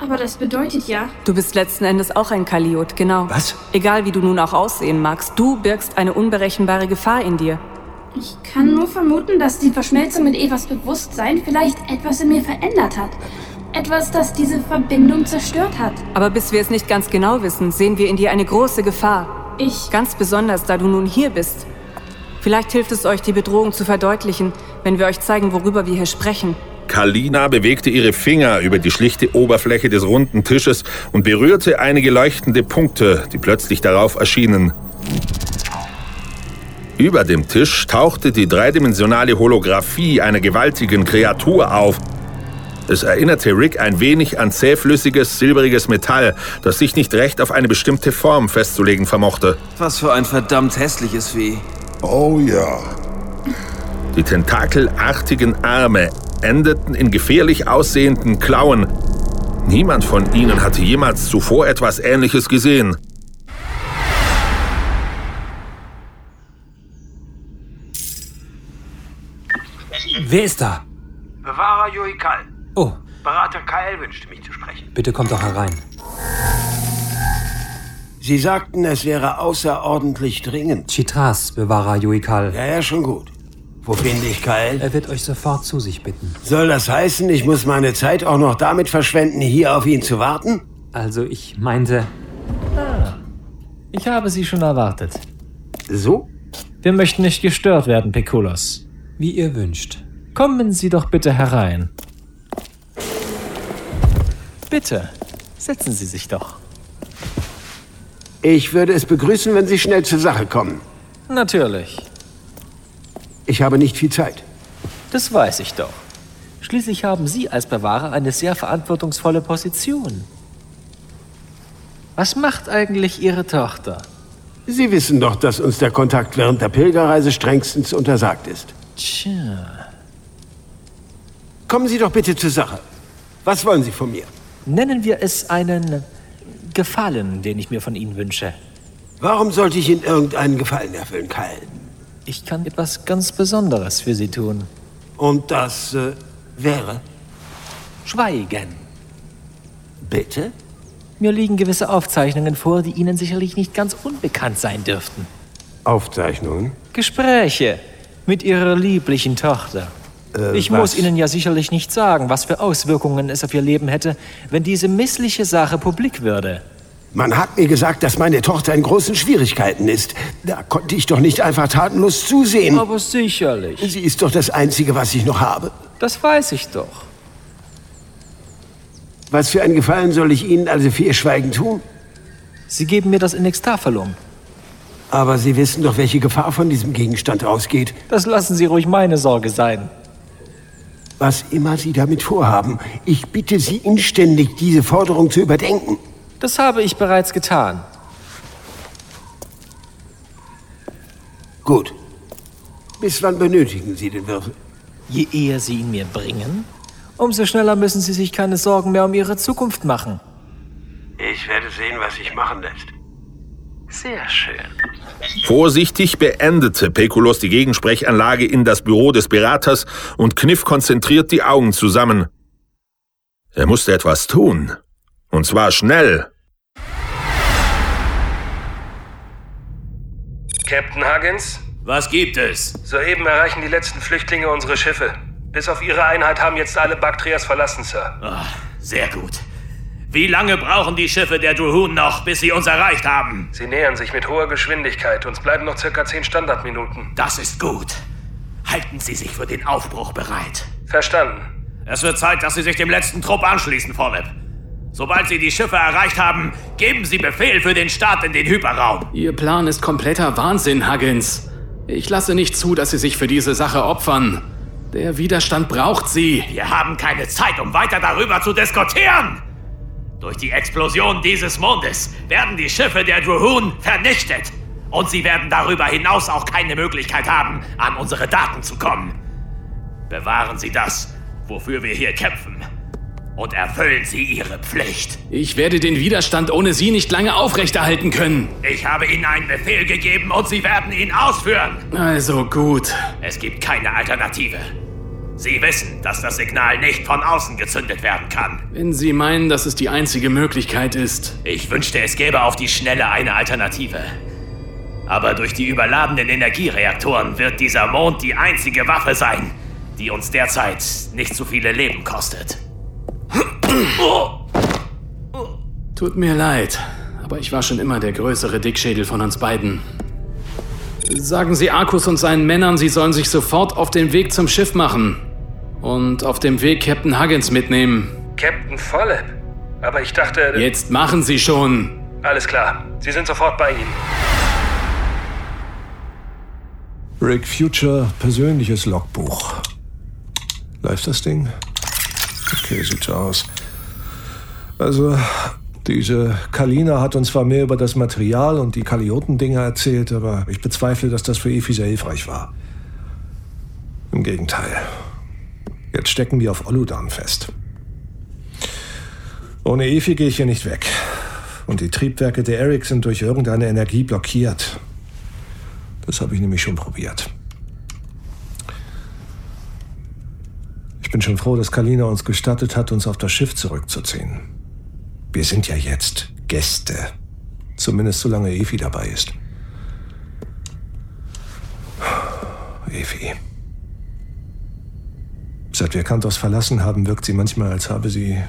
Speaker 9: aber das bedeutet ja,
Speaker 11: Du bist letzten Endes auch ein Kaliot, genau. Was? Egal wie du nun auch aussehen magst, du birgst eine unberechenbare Gefahr in dir.
Speaker 9: ich kann nur vermuten, dass die Verschmelzung mit Evas Bewusstsein vielleicht etwas in mir verändert hat. Etwas, das diese Verbindung zerstört hat.
Speaker 11: Aber bis wir es nicht ganz genau wissen, sehen wir in dir eine große Gefahr.
Speaker 9: Ich.
Speaker 11: Ganz besonders, da du nun hier bist. Vielleicht hilft es euch, die Bedrohung zu verdeutlichen, wenn wir euch zeigen, worüber wir hier sprechen.
Speaker 1: Kalina bewegte ihre Finger über die schlichte Oberfläche des runden Tisches und berührte einige leuchtende Punkte, die plötzlich darauf erschienen. Über dem Tisch tauchte die dreidimensionale Holographie einer gewaltigen Kreatur auf. Es erinnerte Rick ein wenig an zähflüssiges, silberiges Metall, das sich nicht recht auf eine bestimmte Form festzulegen vermochte.
Speaker 8: Was für ein verdammt hässliches Vieh.
Speaker 1: Oh ja. Die tentakelartigen Arme endeten in gefährlich aussehenden Klauen. Niemand von ihnen hatte jemals zuvor etwas Ähnliches gesehen.
Speaker 12: Wer ist da?
Speaker 16: Bewahrer Joikal.
Speaker 12: Oh,
Speaker 16: Berater Kael wünschte mich zu sprechen.
Speaker 12: bitte kommt doch herein.
Speaker 17: Sie sagten, es wäre außerordentlich dringend.
Speaker 12: Chitras, Bewahrer Joikal.
Speaker 17: Ja, ja, schon gut. Wo finde ich Kyle?
Speaker 12: Er wird euch sofort zu sich bitten.
Speaker 17: Soll das heißen, ich muss meine Zeit auch noch damit verschwenden, hier auf ihn zu warten?
Speaker 12: Also, ich meinte.
Speaker 13: Ah, ich habe Sie schon erwartet.
Speaker 17: So?
Speaker 13: Wir möchten nicht gestört werden, Pekulos.
Speaker 12: Wie ihr wünscht.
Speaker 13: Kommen Sie doch bitte herein. Bitte, setzen Sie sich doch.
Speaker 17: Ich würde es begrüßen, wenn Sie schnell zur Sache kommen.
Speaker 13: Natürlich.
Speaker 17: Ich habe nicht viel Zeit.
Speaker 13: Das weiß ich doch. Schließlich haben Sie als Bewahrer eine sehr verantwortungsvolle Position. Was macht eigentlich Ihre Tochter?
Speaker 17: Sie wissen doch, dass uns der Kontakt während der Pilgerreise strengstens untersagt ist.
Speaker 13: Tja.
Speaker 17: Kommen Sie doch bitte zur Sache. Was wollen Sie von mir?
Speaker 13: Nennen wir es einen Gefallen, den ich mir von Ihnen wünsche.
Speaker 17: Warum sollte ich Ihnen irgendeinen Gefallen erfüllen, Kyle?
Speaker 13: Ich kann etwas ganz Besonderes für Sie tun.
Speaker 17: Und das äh, wäre?
Speaker 13: Schweigen.
Speaker 17: Bitte?
Speaker 13: Mir liegen gewisse Aufzeichnungen vor, die Ihnen sicherlich nicht ganz unbekannt sein dürften.
Speaker 17: Aufzeichnungen?
Speaker 13: Gespräche mit Ihrer lieblichen Tochter.
Speaker 17: Äh,
Speaker 13: ich
Speaker 17: was?
Speaker 13: muss Ihnen ja sicherlich nicht sagen, was für Auswirkungen es auf Ihr Leben hätte, wenn diese missliche Sache publik würde.
Speaker 17: Man hat mir gesagt, dass meine Tochter in großen Schwierigkeiten ist. Da konnte ich doch nicht einfach tatenlos zusehen.
Speaker 13: Aber sicherlich.
Speaker 17: Sie ist doch das Einzige, was ich noch habe.
Speaker 13: Das weiß ich doch.
Speaker 17: Was für einen Gefallen soll ich Ihnen also für Ihr Schweigen tun?
Speaker 13: Sie geben mir das Inextafelum.
Speaker 17: Aber Sie wissen doch, welche Gefahr von diesem Gegenstand ausgeht.
Speaker 13: Das lassen Sie ruhig meine Sorge sein.
Speaker 17: Was immer Sie damit vorhaben, ich bitte Sie inständig, diese Forderung zu überdenken.
Speaker 13: Das habe ich bereits getan.
Speaker 17: Gut. Bis wann benötigen Sie den Würfel?
Speaker 13: Je eher Sie ihn mir bringen, umso schneller müssen Sie sich keine Sorgen mehr um Ihre Zukunft machen.
Speaker 17: Ich werde sehen, was sich machen lässt.
Speaker 16: Sehr schön.
Speaker 1: Vorsichtig beendete Pekulus die Gegensprechanlage in das Büro des Beraters und kniff konzentriert die Augen zusammen. Er musste etwas tun. Und zwar schnell.
Speaker 16: Captain Huggins?
Speaker 14: Was gibt es?
Speaker 16: Soeben erreichen die letzten Flüchtlinge unsere Schiffe. Bis auf ihre Einheit haben jetzt alle Baktrias verlassen, Sir.
Speaker 14: Ach, sehr gut. Wie lange brauchen die Schiffe der Druhun noch, bis sie uns erreicht haben?
Speaker 16: Sie nähern sich mit hoher Geschwindigkeit. Uns bleiben noch circa 10 Standardminuten.
Speaker 14: Das ist gut. Halten Sie sich für den Aufbruch bereit.
Speaker 16: Verstanden.
Speaker 14: Es wird Zeit, dass Sie sich dem letzten Trupp anschließen, Philip. Sobald Sie die Schiffe erreicht haben, geben Sie Befehl für den Start in den Hyperraum.
Speaker 15: Ihr Plan ist kompletter Wahnsinn, Huggins. Ich lasse nicht zu, dass Sie sich für diese Sache opfern. Der Widerstand braucht Sie.
Speaker 14: Wir haben keine Zeit, um weiter darüber zu diskutieren. Durch die Explosion dieses Mondes werden die Schiffe der Druhun vernichtet. Und sie werden darüber hinaus auch keine Möglichkeit haben, an unsere Daten zu kommen. Bewahren Sie das, wofür wir hier kämpfen. Und erfüllen Sie Ihre Pflicht.
Speaker 15: Ich werde den Widerstand ohne Sie nicht lange aufrechterhalten können.
Speaker 14: Ich habe Ihnen einen Befehl gegeben und Sie werden ihn ausführen.
Speaker 15: Also gut.
Speaker 14: Es gibt keine Alternative. Sie wissen, dass das Signal nicht von außen gezündet werden kann.
Speaker 15: Wenn Sie meinen, dass es die einzige Möglichkeit ist.
Speaker 14: Ich wünschte, es gäbe auf die Schnelle eine Alternative. Aber durch die überladenen Energiereaktoren wird dieser Mond die einzige Waffe sein, die uns derzeit nicht so viele Leben kostet. Oh.
Speaker 15: Tut mir leid, aber ich war schon immer der größere Dickschädel von uns beiden. Sagen Sie Arkus und seinen Männern, sie sollen sich sofort auf den Weg zum Schiff machen. Und auf dem Weg Captain Huggins mitnehmen.
Speaker 16: Captain Follep? Aber ich dachte...
Speaker 15: Jetzt machen Sie schon.
Speaker 16: Alles klar. Sie sind sofort bei Ihnen.
Speaker 6: Rick Future persönliches Logbuch. Läuft das Ding? Okay, sieht so aus. Also, diese Kalina hat uns zwar mehr über das Material und die Kalioten-Dinger erzählt, aber ich bezweifle, dass das für Efi sehr hilfreich war. Im Gegenteil. Jetzt stecken wir auf Oludan fest. Ohne Efi gehe ich hier nicht weg. Und die Triebwerke der Eric sind durch irgendeine Energie blockiert. Das habe ich nämlich schon probiert. Ich bin schon froh, dass Kalina uns gestattet hat, uns auf das Schiff zurückzuziehen. Wir sind ja jetzt Gäste. Zumindest solange Efi dabei ist. Efi. Seit wir Kantos verlassen haben, wirkt sie manchmal, als habe sie.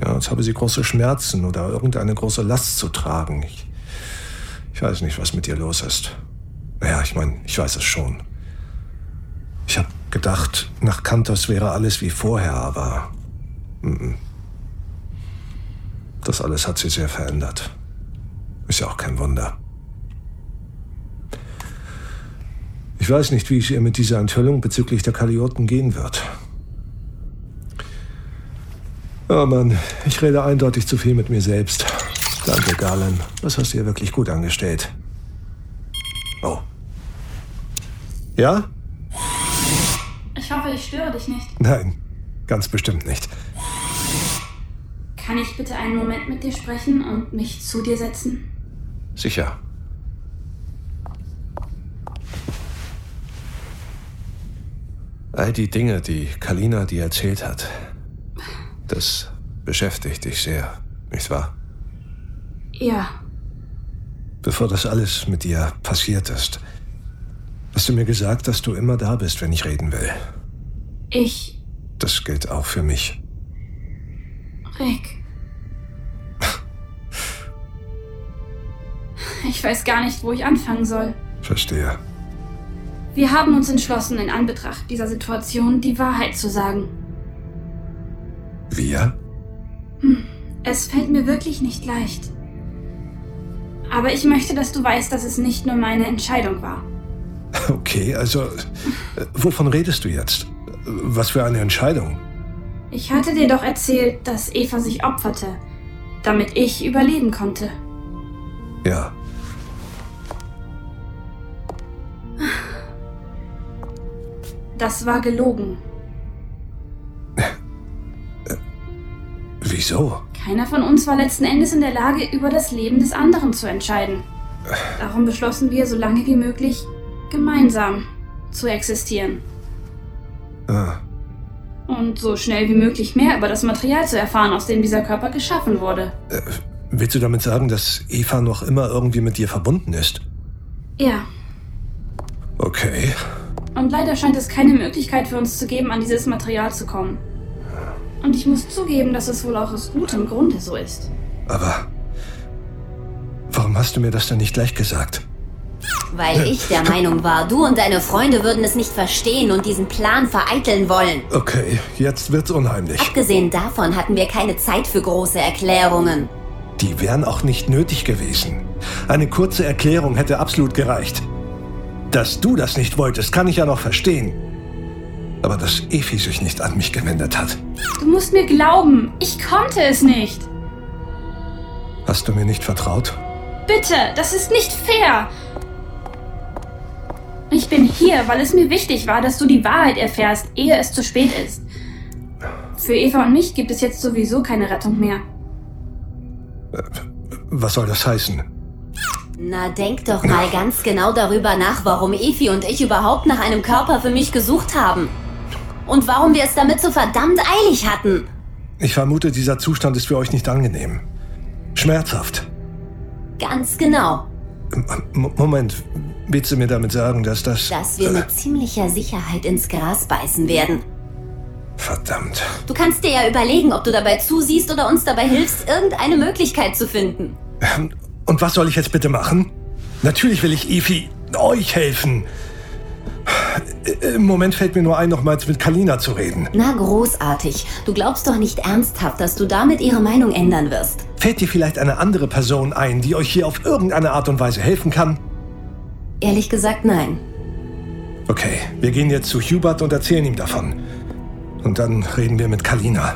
Speaker 6: Ja, als habe sie große Schmerzen oder irgendeine große Last zu tragen. Ich, ich weiß nicht, was mit ihr los ist. Naja, ich meine, ich weiß es schon. Ich habe gedacht, nach Kantos wäre alles wie vorher, aber. mm, mm. Das alles hat sie sehr verändert. Ist ja auch kein Wunder. Ich weiß nicht, wie es ihr mit dieser Enthüllung bezüglich der Kalioten gehen wird. Oh Mann, ich rede eindeutig zu viel mit mir selbst. Danke, Galen. Das hast du hier wirklich gut angestellt. Oh. Ja?
Speaker 9: Ich hoffe, ich störe dich nicht.
Speaker 6: Nein, ganz bestimmt nicht.
Speaker 9: Kann ich bitte einen Moment mit dir sprechen und mich zu dir setzen?
Speaker 6: Sicher. All die Dinge, die Kalina dir erzählt hat, das beschäftigt dich sehr, nicht wahr?
Speaker 9: Ja,
Speaker 6: Bevor das alles mit dir passiert ist, hast du mir gesagt, dass du immer da bist, wenn ich reden will.
Speaker 9: ich,
Speaker 6: Das gilt auch für mich.
Speaker 9: Rick. Ich weiß gar nicht, wo ich anfangen soll.
Speaker 6: Verstehe.
Speaker 9: Wir haben uns entschlossen, in Anbetracht dieser Situation die Wahrheit zu sagen.
Speaker 6: Wir?
Speaker 9: Es fällt mir wirklich nicht leicht. Aber ich möchte, dass du weißt, dass es nicht nur meine Entscheidung war.
Speaker 6: Okay, also, äh, wovon redest du jetzt? Äh, Was für eine Entscheidung?
Speaker 9: Ich hatte dir doch erzählt, dass Eva sich opferte, damit ich überleben konnte.
Speaker 6: Ja,
Speaker 9: Das war gelogen.
Speaker 6: wieso?
Speaker 9: Keiner von uns war letzten Endes in der Lage, über das Leben des anderen zu entscheiden. Darum beschlossen wir, so lange wie möglich gemeinsam zu existieren
Speaker 6: Ah,
Speaker 9: und so schnell wie möglich mehr über das Material zu erfahren, aus dem dieser Körper geschaffen wurde.
Speaker 6: willst du damit sagen, dass Eva noch immer irgendwie mit dir verbunden ist?
Speaker 9: Ja,
Speaker 6: Okay.
Speaker 9: und leider scheint es keine Möglichkeit für uns zu geben, an dieses Material zu kommen. Und ich muss zugeben, dass es wohl auch aus gutem Grunde so ist.
Speaker 6: Aber warum hast du mir das denn nicht gleich gesagt?
Speaker 10: Weil ich der Meinung war, du und deine Freunde würden es nicht verstehen und diesen Plan vereiteln wollen.
Speaker 6: Okay, jetzt wird's unheimlich.
Speaker 10: Abgesehen davon hatten wir keine Zeit für große Erklärungen.
Speaker 6: Die wären auch nicht nötig gewesen. Eine kurze Erklärung hätte absolut gereicht. Dass du das nicht wolltest, kann ich ja noch verstehen. Aber dass Efi sich nicht an mich gewendet hat,
Speaker 9: Du musst mir glauben, ich konnte es nicht.
Speaker 6: hast du mir nicht vertraut?
Speaker 9: Bitte, das ist nicht fair. Ich bin hier, weil es mir wichtig war, dass du die Wahrheit erfährst, ehe es zu spät ist. Für Eva und mich gibt es jetzt sowieso keine Rettung mehr.
Speaker 6: Was soll das heißen?
Speaker 10: Na, denk doch mal ganz genau darüber nach, warum Efi und ich überhaupt nach einem Körper für mich gesucht haben. Und warum wir es damit so verdammt eilig hatten.
Speaker 6: Ich vermute, dieser Zustand ist für euch nicht angenehm. Schmerzhaft.
Speaker 10: Ganz genau,
Speaker 6: M Moment, willst du mir damit sagen, dass das...
Speaker 10: dass wir mit ziemlicher Sicherheit ins Gras beißen werden.
Speaker 6: Verdammt.
Speaker 10: Du kannst dir ja überlegen, ob du dabei zusiehst oder uns dabei hilfst, irgendeine Möglichkeit zu finden.
Speaker 6: Und was soll ich jetzt bitte machen? Natürlich will ich Efi euch helfen. Im Moment fällt mir nur ein, nochmals mit Kalina zu reden.
Speaker 10: Na, großartig. Du glaubst doch nicht ernsthaft, dass du damit ihre Meinung ändern wirst.
Speaker 6: Fällt dir vielleicht eine andere Person ein, die euch hier auf irgendeine Art und Weise helfen kann?
Speaker 10: Ehrlich gesagt, nein.
Speaker 6: Okay, wir gehen jetzt zu Hubert und erzählen ihm davon. Und dann reden wir mit Kalina.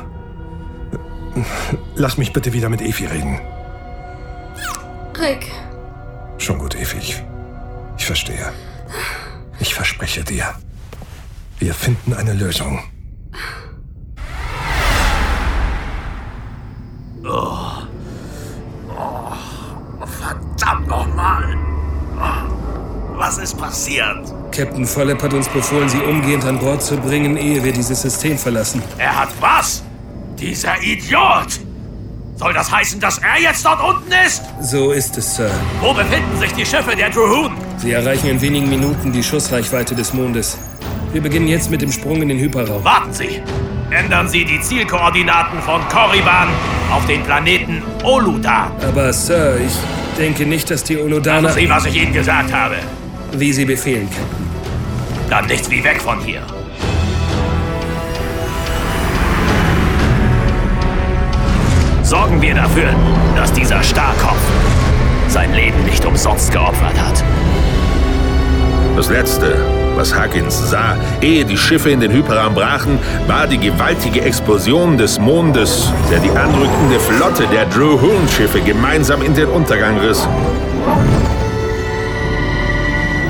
Speaker 6: Lass mich bitte wieder mit Efi reden.
Speaker 9: Rick,
Speaker 6: Schon gut, Efi. Ich, ich verstehe. Ich verspreche dir. Wir finden eine Lösung.
Speaker 14: Oh. Oh. Verdammt nochmal. Was ist passiert?
Speaker 16: Captain Follep hat uns befohlen, sie umgehend an Bord zu bringen, ehe wir dieses System verlassen.
Speaker 14: Er hat was? Dieser Idiot! Soll das heißen, dass er jetzt dort unten ist?
Speaker 16: So ist es, Sir.
Speaker 14: Wo befinden sich die Schiffe der Druhun?
Speaker 16: Sie erreichen in wenigen Minuten die Schussreichweite des Mondes. Wir beginnen jetzt mit dem Sprung in den Hyperraum.
Speaker 14: Warten Sie! Ändern Sie die Zielkoordinaten von Korriban auf den Planeten Oluda.
Speaker 16: Aber, Sir, ich denke nicht, dass die Olodana...
Speaker 14: Hören Sie, was ich Ihnen gesagt habe.
Speaker 16: Wie Sie befehlen, Captain.
Speaker 14: Dann nichts wie weg von hier. sorgen wir dafür, dass dieser Starkopf sein Leben nicht umsonst geopfert hat.
Speaker 1: Das Letzte, was Huggins sah, ehe die Schiffe in den Hyperraum brachen, war die gewaltige Explosion des Mondes, der die anrückende Flotte der Drew-Hurn-Schiffe gemeinsam in den Untergang riss.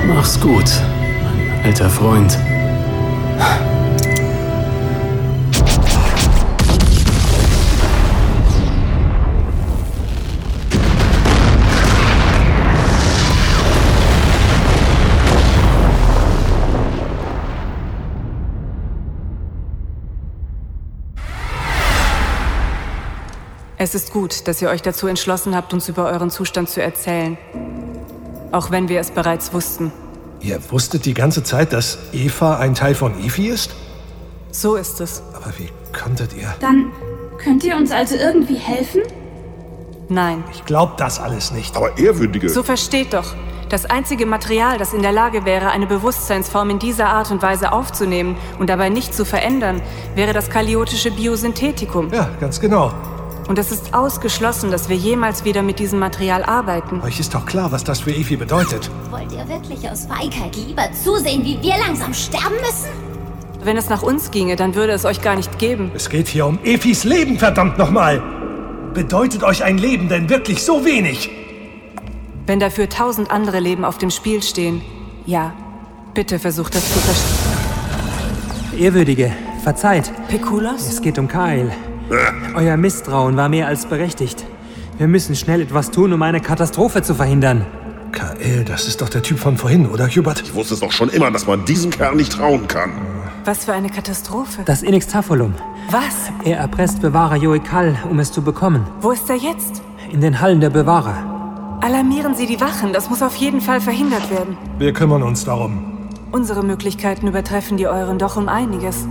Speaker 15: Mach's gut, mein alter Freund.
Speaker 11: Es ist gut, dass ihr euch dazu entschlossen habt, uns über euren Zustand zu erzählen. Auch wenn wir es bereits wussten.
Speaker 6: Ihr wusstet die ganze Zeit, dass Eva ein Teil von Evi ist?
Speaker 11: So ist es.
Speaker 6: Aber wie konntet ihr?
Speaker 9: Dann könnt ihr uns also irgendwie helfen?
Speaker 11: Nein.
Speaker 6: Ich glaub das alles nicht.
Speaker 7: Aber ehrwürdige.
Speaker 11: So versteht doch. Das einzige Material, das in der Lage wäre, eine Bewusstseinsform in dieser Art und Weise aufzunehmen und dabei nicht zu verändern, wäre das kaliotische Biosynthetikum.
Speaker 6: Ja, ganz genau.
Speaker 11: Und es ist ausgeschlossen, dass wir jemals wieder mit diesem Material arbeiten.
Speaker 6: Euch ist doch klar, was das für Evi bedeutet.
Speaker 10: Wollt ihr wirklich aus Feigheit lieber zusehen, wie wir langsam sterben müssen?
Speaker 11: Wenn es nach uns ginge, dann würde es euch gar nicht geben.
Speaker 6: Es geht hier um Efis Leben, verdammt nochmal. Bedeutet euch ein Leben denn wirklich so wenig?
Speaker 11: Wenn dafür tausend andere Leben auf dem Spiel stehen, ja, bitte versucht das zu verstehen.
Speaker 12: Ehrwürdige, verzeiht.
Speaker 11: Pekulas?
Speaker 12: Es geht um Kyle. Euer Misstrauen war mehr als berechtigt. Wir müssen schnell etwas tun, um eine Katastrophe zu verhindern.
Speaker 6: Kael, das ist doch der Typ von vorhin, oder Hubert?
Speaker 7: Ich wusste es doch schon immer, dass man diesem Kerl nicht trauen kann.
Speaker 11: Was für eine Katastrophe.
Speaker 12: Das Inextafolum.
Speaker 11: Was?
Speaker 12: Er erpresst Bewahrer Joikal, um es zu bekommen.
Speaker 11: Wo ist er jetzt?
Speaker 12: In den Hallen der Bewahrer.
Speaker 11: Alarmieren Sie die Wachen, das muss auf jeden Fall verhindert werden.
Speaker 6: Wir kümmern uns darum.
Speaker 11: Unsere Möglichkeiten übertreffen die euren doch um einiges.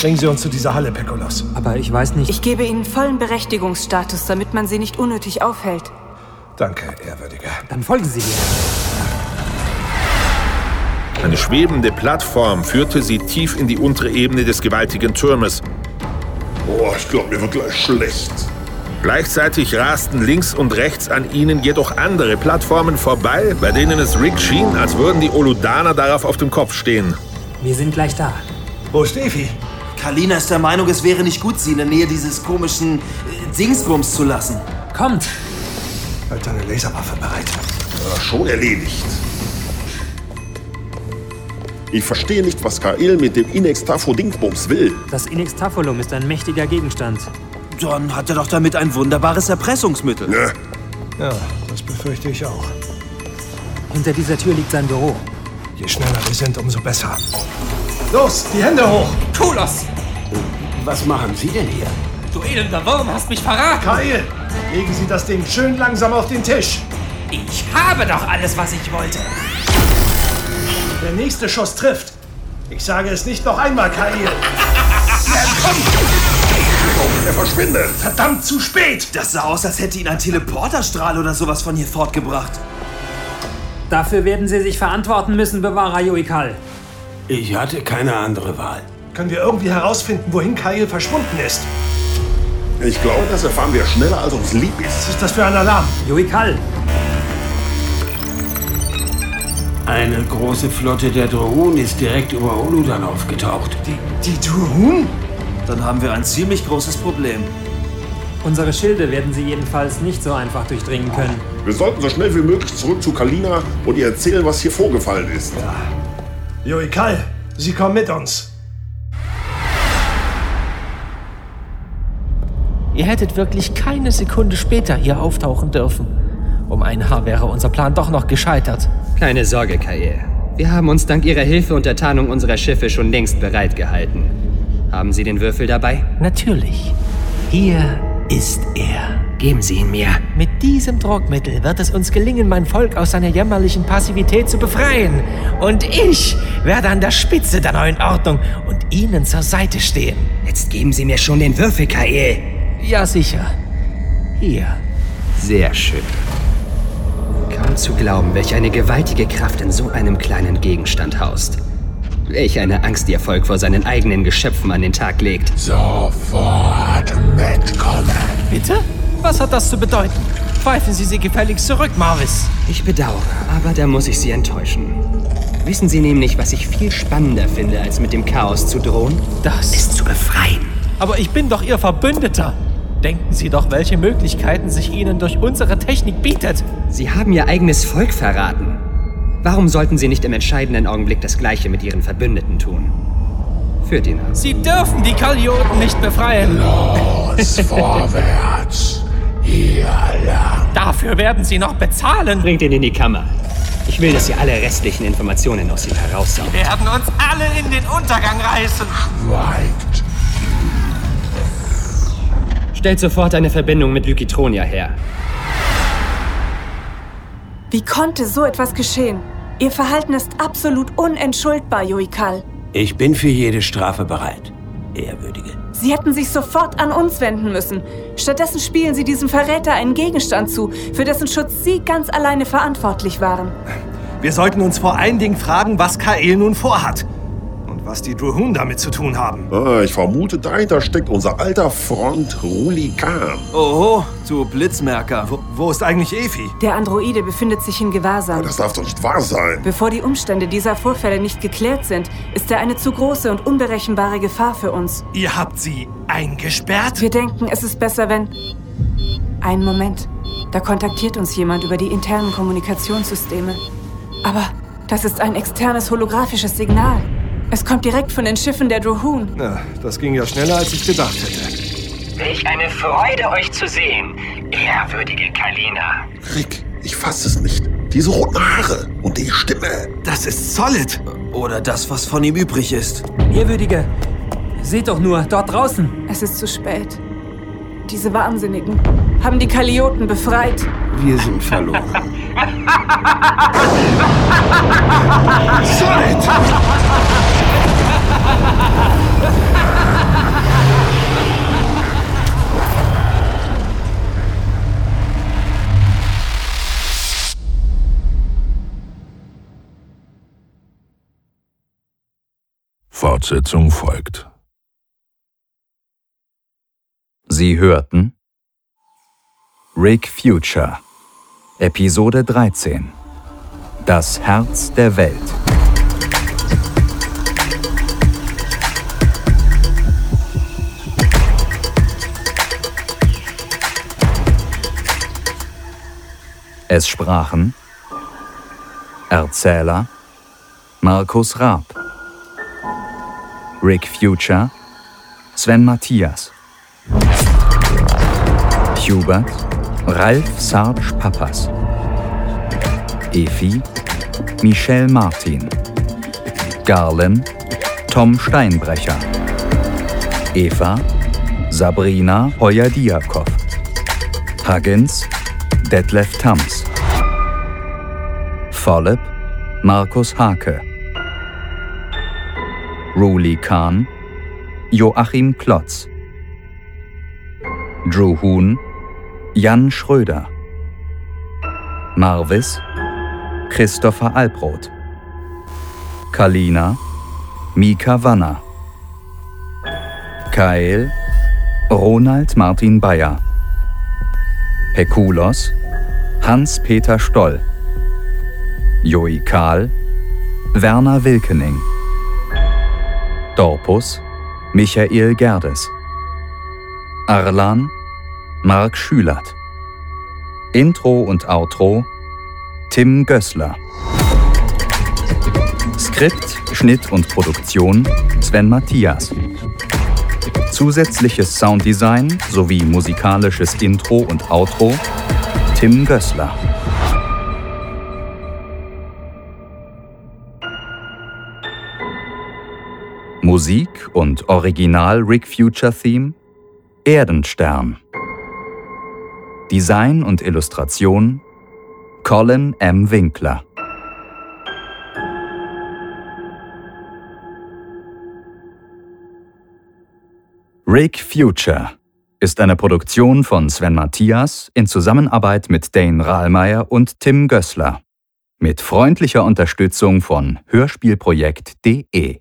Speaker 6: Bringen Sie uns zu dieser Halle, Pekolas.
Speaker 12: Aber ich weiß nicht.
Speaker 11: Ich gebe Ihnen vollen Berechtigungsstatus, damit man sie nicht unnötig aufhält.
Speaker 6: Danke, Ehrwürdiger.
Speaker 12: Dann folgen Sie mir.
Speaker 1: Eine schwebende Plattform führte sie tief in die untere Ebene des gewaltigen Turmes.
Speaker 7: Oh, ich glaube, mir wird gleich schlecht.
Speaker 1: Gleichzeitig rasten links und rechts an ihnen jedoch andere Plattformen vorbei, bei denen es Rick schien, als würden die Oludaner darauf auf dem Kopf stehen.
Speaker 12: Wir sind gleich da.
Speaker 6: Wo ist Evi?
Speaker 8: Kalina ist der Meinung, es wäre nicht gut, sie in der Nähe dieses komischen äh, Dingsbums zu lassen.
Speaker 12: Kommt!
Speaker 6: Halt deine Laserwaffe bereit.
Speaker 7: Ja, schon erledigt. Ich verstehe nicht, was Kael mit dem Inex Tafo Dingsbums will.
Speaker 12: Das Inextafolum ist ein mächtiger Gegenstand.
Speaker 8: Dann hat er doch damit ein wunderbares Erpressungsmittel.
Speaker 7: Ne.
Speaker 6: Ja, das befürchte ich auch.
Speaker 12: Hinter dieser Tür liegt sein Büro.
Speaker 6: Je schneller wir sind, umso besser. Los, die Hände hoch!
Speaker 18: Kulos,
Speaker 17: Was machen Sie denn hier?
Speaker 18: du elender Wurm, hast mich verraten.
Speaker 6: Kael, legen Sie das Ding schön langsam auf den Tisch.
Speaker 18: Ich habe doch alles, was ich wollte.
Speaker 6: Der nächste Schuss trifft. Ich sage es nicht noch einmal, Kael.
Speaker 7: Oh, Er verschwindet.
Speaker 6: Verdammt zu spät!
Speaker 8: Das sah aus, als hätte ihn ein Teleporterstrahl oder sowas von hier fortgebracht.
Speaker 12: Dafür werden Sie sich verantworten müssen, Bewahrer Joikal.
Speaker 17: Ich hatte keine andere Wahl.
Speaker 6: Können wir irgendwie herausfinden, wohin Kael verschwunden ist?
Speaker 7: Ich glaube, das erfahren wir schneller, als uns lieb ist.
Speaker 6: Was ist das für ein Alarm?
Speaker 12: Joikal,
Speaker 17: Eine große Flotte der Drohnen ist direkt über Oludan aufgetaucht.
Speaker 6: Die Druhun?
Speaker 8: Dann haben wir ein ziemlich großes Problem.
Speaker 12: unsere Schilde werden Sie jedenfalls nicht so einfach durchdringen können.
Speaker 7: Wir sollten so schnell wie möglich zurück zu Kalina und ihr erzählen, was hier vorgefallen ist.
Speaker 6: Joikal, Sie kommen mit uns.
Speaker 13: Ihr hättet wirklich keine Sekunde später hier auftauchen dürfen. Um ein Haar wäre unser Plan doch noch gescheitert.
Speaker 19: Keine Sorge, Kaye. Wir haben uns dank Ihrer Hilfe und der Tarnung unserer Schiffe schon längst bereit gehalten. Haben Sie den Würfel dabei?
Speaker 18: Natürlich. Hier ist er.
Speaker 19: Geben Sie ihn mir.
Speaker 18: Mit diesem Druckmittel wird es uns gelingen, mein Volk aus seiner jämmerlichen Passivität zu befreien. Und ich werde an der Spitze der neuen Ordnung und Ihnen zur Seite stehen.
Speaker 19: Jetzt geben Sie mir schon den Würfel, E. Kaye.
Speaker 18: Ja, sicher. Hier.
Speaker 19: Sehr schön. Kaum zu glauben, welch eine gewaltige Kraft in so einem kleinen Gegenstand haust. Welch eine Angst Ihr Volk vor seinen eigenen Geschöpfen an den Tag legt.
Speaker 5: Sofort mitkommen.
Speaker 18: Bitte?
Speaker 13: Was hat das zu bedeuten? Pfeifen Sie sie gefälligst zurück, Marvis.
Speaker 19: Ich bedauere, aber da muss ich Sie enttäuschen. Wissen Sie nämlich, was ich viel spannender finde, als mit dem Chaos zu drohen?
Speaker 13: Das
Speaker 19: ist zu befreien.
Speaker 13: Aber ich bin doch Ihr Verbündeter. Denken Sie doch, welche Möglichkeiten sich Ihnen durch unsere Technik bietet.
Speaker 19: Sie haben Ihr eigenes Volk verraten. Warum sollten Sie nicht im entscheidenden Augenblick das Gleiche mit Ihren Verbündeten tun? Führt ihn an.
Speaker 13: Sie dürfen die Kalioten nicht befreien.
Speaker 19: Los,
Speaker 13: vorwärts. Ihr alle. Dafür werden Sie noch bezahlen.
Speaker 19: Bringt ihn in die Kammer. Ich will, dass ihr alle restlichen Informationen aus ihm heraussaugt.
Speaker 13: werden uns alle in den Untergang reißen.
Speaker 19: Schweigt. Stellt sofort eine Verbindung mit Lykitronia her.
Speaker 11: Wie konnte so etwas geschehen? Ihr Verhalten ist absolut unentschuldbar, Joikal.
Speaker 17: Ich bin für jede Strafe bereit, Ehrwürdige.
Speaker 11: Sie hätten sich sofort an uns wenden müssen. Stattdessen spielen Sie diesem Verräter einen Gegenstand zu, für dessen Schutz Sie ganz alleine verantwortlich waren.
Speaker 20: Wir sollten uns vor allen Dingen fragen, was Kael nun vorhat. Und was die Druhun damit zu tun haben.
Speaker 7: Ah, ich vermute, dahinter steckt unser alter Freund Rulikan.
Speaker 20: Oho, du Blitzmerker. Wo, wo ist eigentlich Efi?
Speaker 11: Der Androide befindet sich in Gewahrsam.
Speaker 7: Das darf doch nicht wahr sein.
Speaker 11: Bevor die Umstände dieser Vorfälle nicht geklärt sind, ist er eine zu große und unberechenbare Gefahr für uns.
Speaker 20: Ihr habt sie eingesperrt.
Speaker 11: Wir denken, es ist besser, wenn... Einen Moment. Da kontaktiert uns jemand über die internen Kommunikationssysteme. Aber das ist ein externes holographisches Signal. Es kommt direkt von den Schiffen der Drohun.
Speaker 6: Na, das ging ja schneller, als ich gedacht hätte.
Speaker 4: Welch eine Freude, euch zu sehen, ehrwürdige Kalina.
Speaker 7: Rick, ich fasse es nicht. Diese roten Haare und die Stimme.
Speaker 8: Das ist solid. Oder das, was von ihm übrig ist.
Speaker 12: Ehrwürdige, seht doch nur, dort draußen.
Speaker 11: Es ist zu spät. Diese Wahnsinnigen haben die Kalioten befreit.
Speaker 17: Wir sind verloren.
Speaker 20: Solid!
Speaker 21: Fortsetzung folgt.
Speaker 22: Sie hörten Rick Future, Episode 13 Das Herz der Welt. Es sprachen Erzähler Markus Raab, Rick Future, Sven Matthias. Hubert, Ralf Sarge Pappas. Efi, Michelle Martin. Garlem, Tom Steinbrecher. Eva, Sabrina Heuer-Diakow. Huggins, Detlef Tams. Follep, Markus Hake. Ruli Kahn, Joachim Klotz. Drew Huhn, Jan Schröder, Marvis, Christopher Albroth, Kalina, Mika Wanner, Kael, Ronald Martin Bayer, Pekulos, Hans-Peter Stoll, Joey Kahl, Werner Wilkening, Dorpus, Michael Gerdes. Arlan, Marc Schülert. Intro und Outro, Tim Gößler. Skript, Schnitt und Produktion, Sven Matthias. Zusätzliches Sounddesign sowie musikalisches Intro und Outro, Tim Gößler. Musik und Original Rick Future Theme Erdenstern. Design und Illustration Colin M. Winkler. Rick Future ist eine Produktion von Sven Matthias in Zusammenarbeit mit Dane Rahlmeier und Tim Gößler. Mit freundlicher Unterstützung von hörspielprojekt.de